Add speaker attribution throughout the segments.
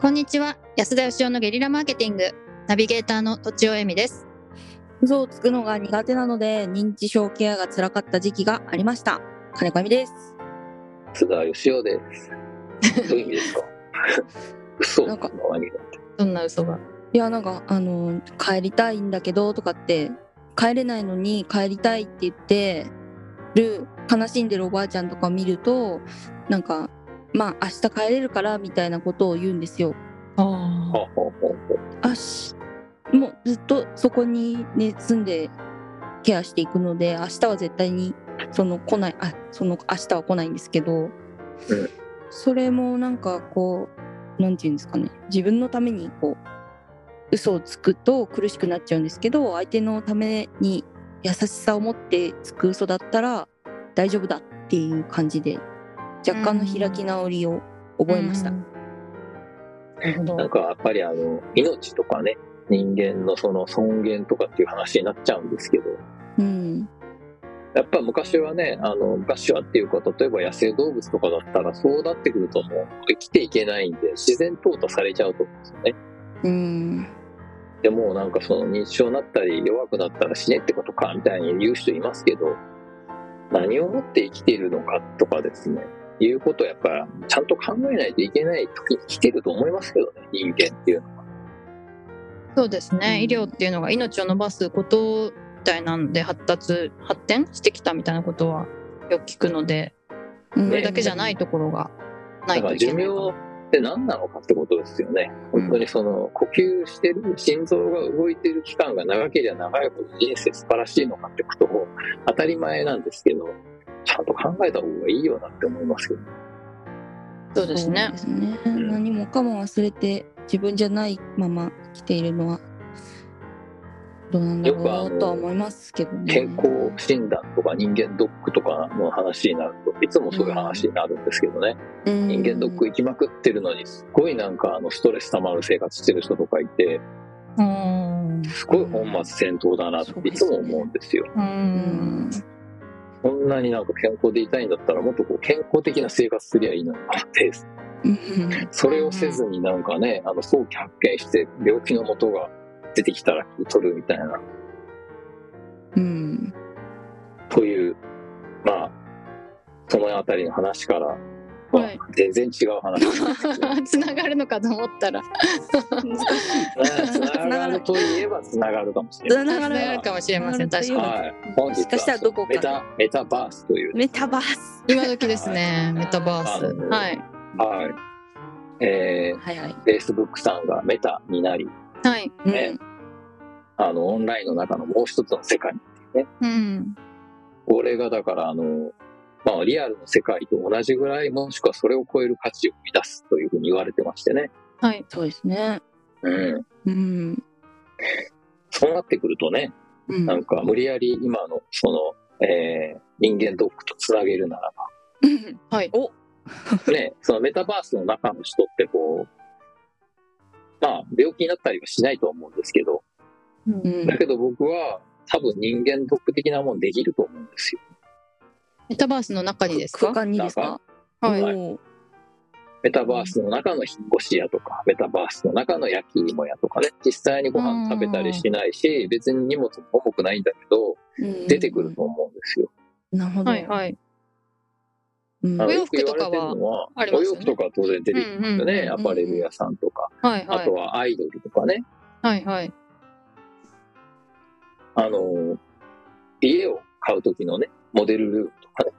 Speaker 1: こんにちは安田義雄のゲリラマーケティングナビゲーターのとちおえみです
Speaker 2: 嘘をつくのが苦手なので認知症ケアが辛かった時期がありました金子美です
Speaker 3: 津田義雄です。どういう意味ですか嘘
Speaker 2: なんか
Speaker 3: の割り
Speaker 1: どんな嘘が
Speaker 2: いやなんかあの帰りたいんだけどとかって帰れないのに帰りたいって言ってる悲しんでるおばあちゃんとか見るとなんかまあ明日帰れるからみたいなことを言うんですよ
Speaker 1: あ
Speaker 3: ほうほうほうほう
Speaker 2: あしもうずっとそこに、ね、住んでケアしていくので明日は絶対にその来ないあその明日は来ないんですけど、それもなんかこうなんていうんですかね自分のためにこう嘘をつくと苦しくなっちゃうんですけど相手のために優しさを持ってつく嘘だったら大丈夫だっていう感じで若干の開き直りを覚えました。
Speaker 1: なるほど
Speaker 3: なんかやっぱりあの命とかね人間のその尊厳とかっていう話になっちゃうんですけど
Speaker 2: うん、
Speaker 3: やっぱ昔はねあの昔はっていうか例えば野生動物とかだったらそうなってくるともう生きていけないんで自然淘汰されちゃうと思うんですよね。
Speaker 2: うん
Speaker 3: でもうなんかその認知症になったり弱くなったら死ねってことかみたいに言う人いますけど何をもって生きているのかとかですねいうことをやっぱちゃんと考えないといけない時に来てると思いますけどね人間っていうのは
Speaker 1: そうですね、
Speaker 2: うん
Speaker 1: 医療っていうのが命を伸ばすことみたいなんで発達発展してきたみたいなことはよく聞くので
Speaker 2: うん
Speaker 1: それだけじゃないところがない
Speaker 3: だ
Speaker 1: と
Speaker 3: から
Speaker 1: い
Speaker 3: 寿
Speaker 1: け
Speaker 3: 命
Speaker 1: ないか
Speaker 3: って何なのかってことですよね本当にその呼吸してる心臓が動いてる期間が長ければ長いほど人生素晴らしいのかってことも当たり前なんですけどちゃんと考えた方がいいよなって思いますけど
Speaker 1: そうですね
Speaker 2: そうですね
Speaker 3: ん
Speaker 2: 何もかも忘れて自分じゃないまま来ているのはどうなんだ
Speaker 3: よくあ
Speaker 2: ろ
Speaker 3: の
Speaker 2: うとは思いますけどね。
Speaker 3: 健康診断とか人間ドックとかの話になるといつもそういう話になるんですけどね、人間ドック行きまくってるのにすごいなんかあのストレス溜まる生活してる人とかいて
Speaker 1: うん
Speaker 3: すごい本末転倒だなっていつも思うんですよ。
Speaker 1: う
Speaker 2: うん ん
Speaker 3: こんなになんか健康でいたいんだったらもっとこう健康的な生活すりゃいいのになって
Speaker 2: うん
Speaker 3: それをせずになんかねあの早期発見して病気の元が出てきたら切り取るみたいな
Speaker 2: うん
Speaker 3: というまあそのあたりの話から、まあ
Speaker 1: はい
Speaker 3: 全然違う話
Speaker 1: つながるのかと思ったら
Speaker 3: つながるといえばつながるかもしれ
Speaker 2: 繋
Speaker 3: ない。
Speaker 1: つな
Speaker 2: がる
Speaker 1: がるかもしれません確かに
Speaker 3: はい、本
Speaker 2: も
Speaker 3: 日
Speaker 2: しかしたらどこ
Speaker 3: は
Speaker 2: か
Speaker 3: メタメタバースという、
Speaker 2: メタバース。
Speaker 1: 今時ですねメタバース
Speaker 3: あの
Speaker 1: はい
Speaker 3: はいえ
Speaker 2: はいはい。
Speaker 3: ー、Facebook さんがメタになり
Speaker 1: はい
Speaker 2: うん
Speaker 3: あのオンラインの中のもう一つの世界
Speaker 1: うん
Speaker 3: これがだからあの、まあ、リアルの世界と同じぐらいもしくはそれを超える価値を生み出すというふうに言われてましてね、
Speaker 1: はい
Speaker 2: そうですね。
Speaker 3: うん、
Speaker 2: うん
Speaker 3: そうなってくるとね
Speaker 2: うん
Speaker 3: なんか無理やり今のその、えー人間ドックとつなげる なら
Speaker 2: うん
Speaker 1: はい
Speaker 2: お
Speaker 3: ね、そのメタバースの中の人ってこう、まあ、病気になったりはしないと思うんですけど、
Speaker 1: うん
Speaker 2: うん
Speaker 3: だけど僕は多分人間ドック的なもんできると思うんですよ。
Speaker 1: メタバースの中にです
Speaker 2: 空
Speaker 1: か
Speaker 2: 間にですか。
Speaker 1: はい
Speaker 3: はい
Speaker 2: おー
Speaker 3: メタバースの中の引っ越し屋とか、メタバースの中の焼き芋屋とかね、実際にご飯食べたりしないし、別に荷物も重くないんだけど、
Speaker 2: うん
Speaker 3: 出てくると思うんですよ。
Speaker 2: なるほど。
Speaker 1: はいはい
Speaker 2: うん
Speaker 3: あの
Speaker 1: お洋
Speaker 3: よく
Speaker 1: 服
Speaker 3: 言
Speaker 1: と
Speaker 3: われ
Speaker 1: かは
Speaker 3: てるのは
Speaker 1: ありま
Speaker 3: お
Speaker 1: すよ
Speaker 3: 洋
Speaker 1: ね
Speaker 3: 服とかは当然出てくる
Speaker 1: うんうん
Speaker 3: よね、
Speaker 2: うん
Speaker 3: アパレル屋さんとか、
Speaker 1: はいは
Speaker 3: あ
Speaker 1: い
Speaker 3: とはアイドルとかね、
Speaker 1: はいはい
Speaker 3: あの、家を買う時のね、モデルルームとかね、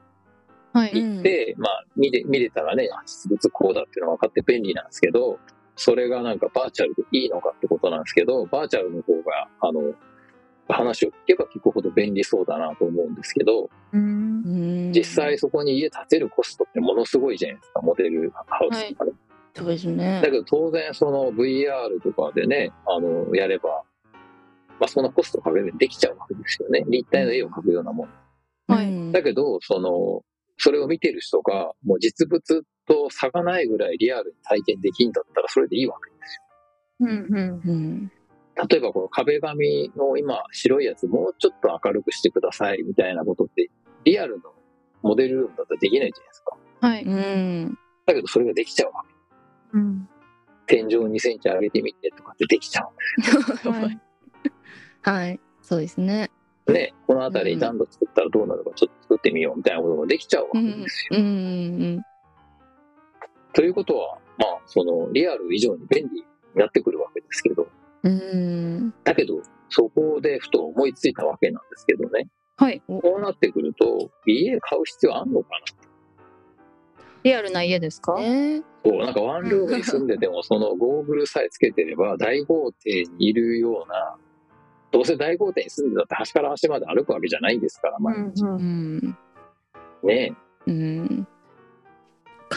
Speaker 1: は
Speaker 2: う
Speaker 1: い
Speaker 2: ん
Speaker 3: で、まあ、見れ見れたらね、あ実物こうだっていうのは分かって便利なんですけど、それがなんかバーチャルでいいのかってことなんですけど、バーチャルの方が、あの、話を聞けば聞くほど便利そうだなと思うんですけど、
Speaker 1: うん
Speaker 2: うん
Speaker 3: 実際そこに家建てるコストってものすごいじゃないですか、モデルハウスとかね。
Speaker 2: そうですね
Speaker 3: だ。けど当然その VR とかでね、あの、やれば、まあそんなコストかけてできちゃうわけですよね。立体の絵を描くようなもの
Speaker 1: はい
Speaker 2: うん
Speaker 3: だけど、その、それを見てる人が、もう実物と差がないぐらいリアルに体験できんだったら、それでいいわけです
Speaker 1: うんうん
Speaker 2: うん
Speaker 3: よ。例えば、この壁紙の今、白いやつ、もうちょっと明るくしてください、みたいなことって、リアルのモデルルームだったらできないじゃないですか。
Speaker 1: はい
Speaker 2: うん
Speaker 3: だけど、それができちゃうわ
Speaker 1: うん
Speaker 3: 天井を2センチ上げてみてとかってできちゃ
Speaker 2: はい、はい、そうですね。
Speaker 3: う。ね、この辺り暖炉作ったらどうなるかちょっと作ってみようみたいなこともできちゃうわ
Speaker 2: う
Speaker 3: け
Speaker 2: ん
Speaker 3: ですよ。
Speaker 2: うんうん
Speaker 3: ということは、まあ、その、リアル以上に便利になってくるわけですけど、
Speaker 2: うんうん
Speaker 3: だけど、そこでふと思いついたわけなんですけどね。
Speaker 1: はい。
Speaker 3: こうなってくると、家買う必要あんのか
Speaker 1: リアルな家ですか、
Speaker 2: ね
Speaker 3: なこう、なんかワンルームに住んでても、そのゴーグルさえつけてれば、大豪邸にいるような、どうせ大豪邸に住んでたって端から端まで歩くわけじゃないんですから、毎日
Speaker 1: うん
Speaker 2: うん
Speaker 3: ね。
Speaker 2: うん。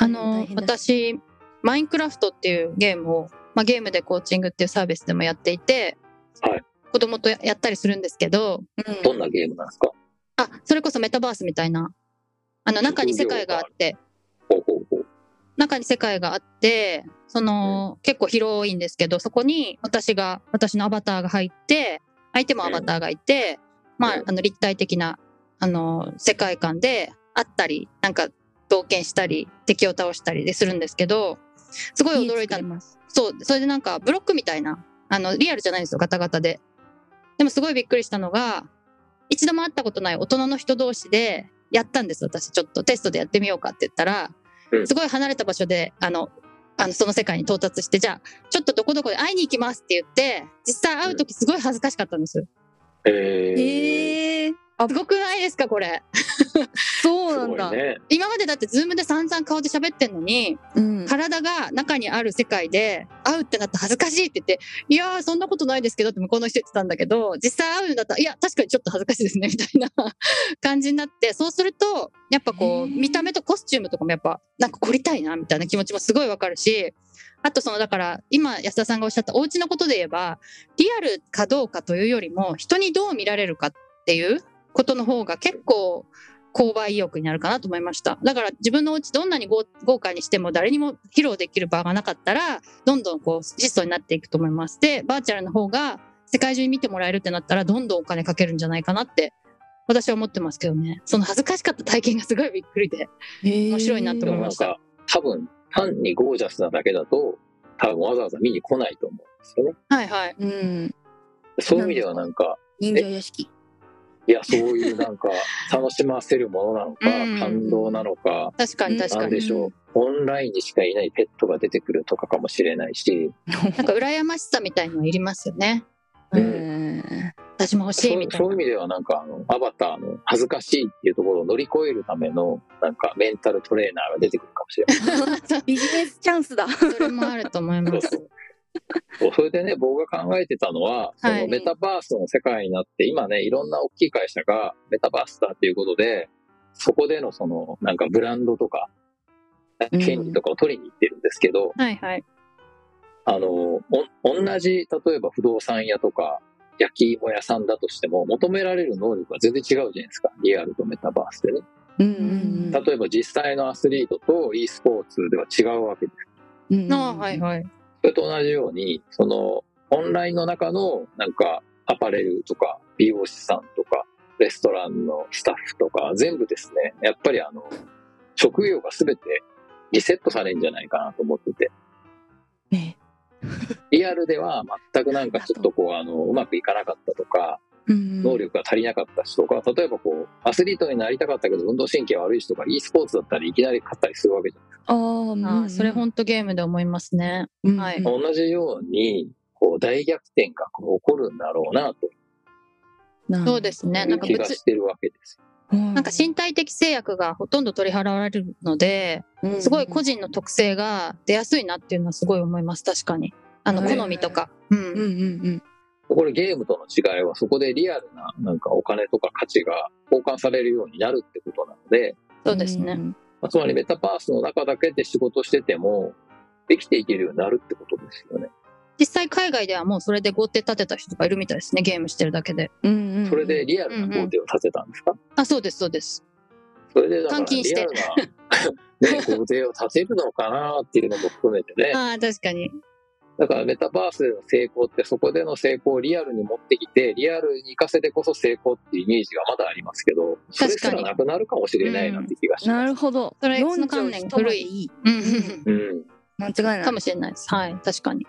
Speaker 1: あの
Speaker 2: 大変だ
Speaker 1: 私マインクラフトっていうゲームを、まあ、ゲームでコーチングっていうサービスでもやっていて、
Speaker 3: はい
Speaker 1: 子供とややったりするんですけど
Speaker 2: うん
Speaker 3: どんなゲームなんですか
Speaker 1: あそれこそメタバースみたいなあの中に世界があって
Speaker 3: ほうほうほう。
Speaker 1: 中に世界があってその、結構広いんですけどそこに私が私のアバターが入って相手もアバターがいて、ま
Speaker 3: う
Speaker 1: あ
Speaker 3: ん
Speaker 1: あの立体的なあの世界観で会ったりなんか冒険したり敵を倒したりでするんですけどすごい驚いたの
Speaker 2: 家作れます
Speaker 1: そう、それでなんかブロックみたいな、あの、リアルじゃないんですよ、ガタガタで。でもすごいびっくりしたのが、一度も会ったことない大人の人同士でやったんです、私。ちょっとテストでやってみようかって言ったら
Speaker 3: う、ん
Speaker 1: すごい離れた場所で、あの、あのその世界に到達して、じゃあ、ちょっとどこどこで会いに行きますって言って、実際会うときすごい恥ずかしかったんです。
Speaker 3: えー。
Speaker 2: ええー、あ
Speaker 1: すごくないですか、これ。
Speaker 2: そう
Speaker 3: す
Speaker 2: なん
Speaker 3: ご
Speaker 2: だ。
Speaker 3: いね。
Speaker 1: 今までだってズームで散々顔で喋ってんのに、
Speaker 2: うん。
Speaker 1: 体が中にある世界で会うってなったら恥ずかしいって言って「いやーそんなことないですけど」って向こうの人言ってたんだけど実際会うんだったら「いや確かにちょっと恥ずかしいですね」みたいな 感じになってそうするとやっぱこう
Speaker 2: へー
Speaker 1: 見た目とコスチュームとかもやっぱなんか凝りたいなみたいな気持ちもすごいわかるしあとそのだから今安田さんがおっしゃったお家のことで言えばリアルかどうかというよりも人にどう見られるかっていうことの方が結構購買意欲になるかなと思いましただから自分のお家どんなに豪豪華にしても誰にも披露できる場がなかったらどんどんこう質素になっていくと思いますでバーチャルの方が世界中に見てもらえるってなったらどんどんお金かけるんじゃないかなって私は思ってますけどねその恥ずかしかった体験がすごいびっくりで面
Speaker 2: 面
Speaker 1: 白いなと
Speaker 3: で
Speaker 1: 思い
Speaker 3: もな
Speaker 1: ま
Speaker 3: ん
Speaker 1: した
Speaker 3: か、多分、単にゴージャスなだけだと、多分わざわざ見に来ないと思うんですよね。
Speaker 1: はいはい
Speaker 2: うん。
Speaker 3: そういう意味ではなんか、
Speaker 2: 忍者屋敷。
Speaker 3: いや、そういうなんか、楽しませるものなのか、
Speaker 1: うん
Speaker 3: 感動なのか、
Speaker 1: 確かに
Speaker 2: うん
Speaker 1: 確
Speaker 3: な
Speaker 1: かに
Speaker 3: んでしょう、オンラインにしかいないペットが出てくるとかかもしれないし、
Speaker 1: なんか羨ましさみたいのはいりますよね
Speaker 3: う
Speaker 1: 私も欲しい
Speaker 3: そう
Speaker 1: みたい
Speaker 3: そう
Speaker 1: な
Speaker 3: いう意味ではなんか、あの、アバターの恥ずかしいっていうところを乗り越えるための、なんか、メンタルトレーナーが出てくるかもしれない。
Speaker 2: ビジネスチャンスだ。
Speaker 1: それもあると思いま
Speaker 3: そうそ
Speaker 1: す
Speaker 3: そうそれでね、僕が考えてたのは、
Speaker 1: はい
Speaker 3: そのメタバースの世界になって、今ね、いろんな大きい会社がメタバースだっていうことで、そこでのその、なんかブランドとか、
Speaker 2: うん
Speaker 3: 権利とかを取りに行ってるんですけど、
Speaker 1: はいはい
Speaker 3: あの、お同じ、例えば不動産屋とか、焼き芋屋さんだとしても、求められる能力が全然違うじゃないですか。リアルとメタバースでね。
Speaker 2: うん
Speaker 1: うん
Speaker 3: 例えば実際のアスリートと e スポーツでは違うわけです。
Speaker 2: うん
Speaker 1: あーはいはい
Speaker 3: それと同じように、その、オンラインの中の、なんか、アパレルとか、美容師さんとか、レストランのスタッフとか、全部ですね、やっぱりあの、職業が全てリセットされるんじゃないかなと思ってて、
Speaker 2: ね
Speaker 3: リアルでは全くなんかちょっとこう、あの、うまくいかなかったとか、
Speaker 2: うん
Speaker 3: 能力が足りなかった人が、例えばこう、アスリートになりたかったけど、運動神経悪い人が e スポーツだったらいきなり勝ったりするわけじ
Speaker 2: あ
Speaker 3: ゃん。
Speaker 2: ー
Speaker 1: あ
Speaker 2: う
Speaker 1: ー
Speaker 2: ん
Speaker 1: それ本当ゲームで思いますね
Speaker 2: うん
Speaker 1: はい
Speaker 2: うん
Speaker 3: 同じように、こう、大逆転がこう起こるんだろうな、と
Speaker 2: な
Speaker 1: そうですね
Speaker 3: い
Speaker 1: なん
Speaker 3: う
Speaker 1: か
Speaker 3: 気が
Speaker 1: 物
Speaker 3: してるわけです。
Speaker 2: な
Speaker 1: なんか身体的制約がほとんど取り払われるので、
Speaker 2: うん
Speaker 1: すごい個人の特性が出やすいなっていうのはすごい思います、確かに。あの、
Speaker 2: はい
Speaker 1: 好みとか。う
Speaker 2: うん
Speaker 1: ん。
Speaker 2: うん
Speaker 3: これゲームとの違いは、そこでリアルな、なんかお金とか価値が交換されるようになるってことなので、
Speaker 1: そうです
Speaker 2: う
Speaker 1: ね。
Speaker 2: ん
Speaker 3: まあつまりメタバースの中だけで仕事してても、生きていけるようになるってことですよね。
Speaker 1: 実際海外ではもうそれで豪邸建てた人とかいるみたいですね、ゲームしてるだけで。
Speaker 2: うんうん
Speaker 3: それでリアルな工程を立てたんですか、
Speaker 1: あ、そうです、そうです。
Speaker 3: それでだから
Speaker 1: 換金し
Speaker 3: リ
Speaker 1: て
Speaker 3: アルな、 ね、工程を立てるのかなっていうのも含めてね。
Speaker 1: ああ、確かに。
Speaker 3: だからメタバースでの成功ってそこでの成功をリアルに持ってきてリアルに活かせてこそ成功っていうイメージがまだありますけどそれすらなくなるかもしれないなって気がし
Speaker 2: な
Speaker 3: ま
Speaker 2: る
Speaker 3: す。
Speaker 2: ほど
Speaker 1: それ
Speaker 2: 40
Speaker 1: その観念
Speaker 2: 人まで
Speaker 1: 古い
Speaker 2: いい
Speaker 1: うん。
Speaker 3: うん
Speaker 2: 間違いない
Speaker 1: かもしれないです。はい、確かに。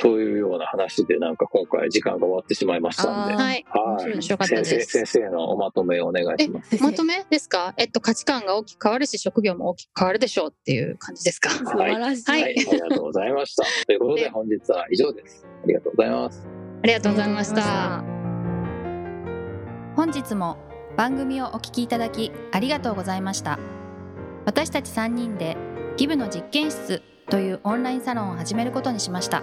Speaker 3: そういうような話で、なんか今回時間が終わってしまいましたんで
Speaker 2: あー。
Speaker 1: はい。
Speaker 3: は
Speaker 2: 面
Speaker 3: い。
Speaker 1: 白かったで
Speaker 3: 先
Speaker 1: す
Speaker 3: 生、先生のおまとめをお願いします。
Speaker 1: まとめですかえっと、価値観が大きく変わるし、職業も大きく変わるでしょうっていう感じですか。
Speaker 2: 素晴らしい、
Speaker 1: はい
Speaker 3: はい、ありがとうございました。ということで、
Speaker 1: で
Speaker 3: 本日は以上です。ありがとうございます。
Speaker 1: ありがとうございました。
Speaker 4: 本日も番組をお聞きいただきありがとうございました私たち3人でギブの実験室というオンラインサロンを始めることにしました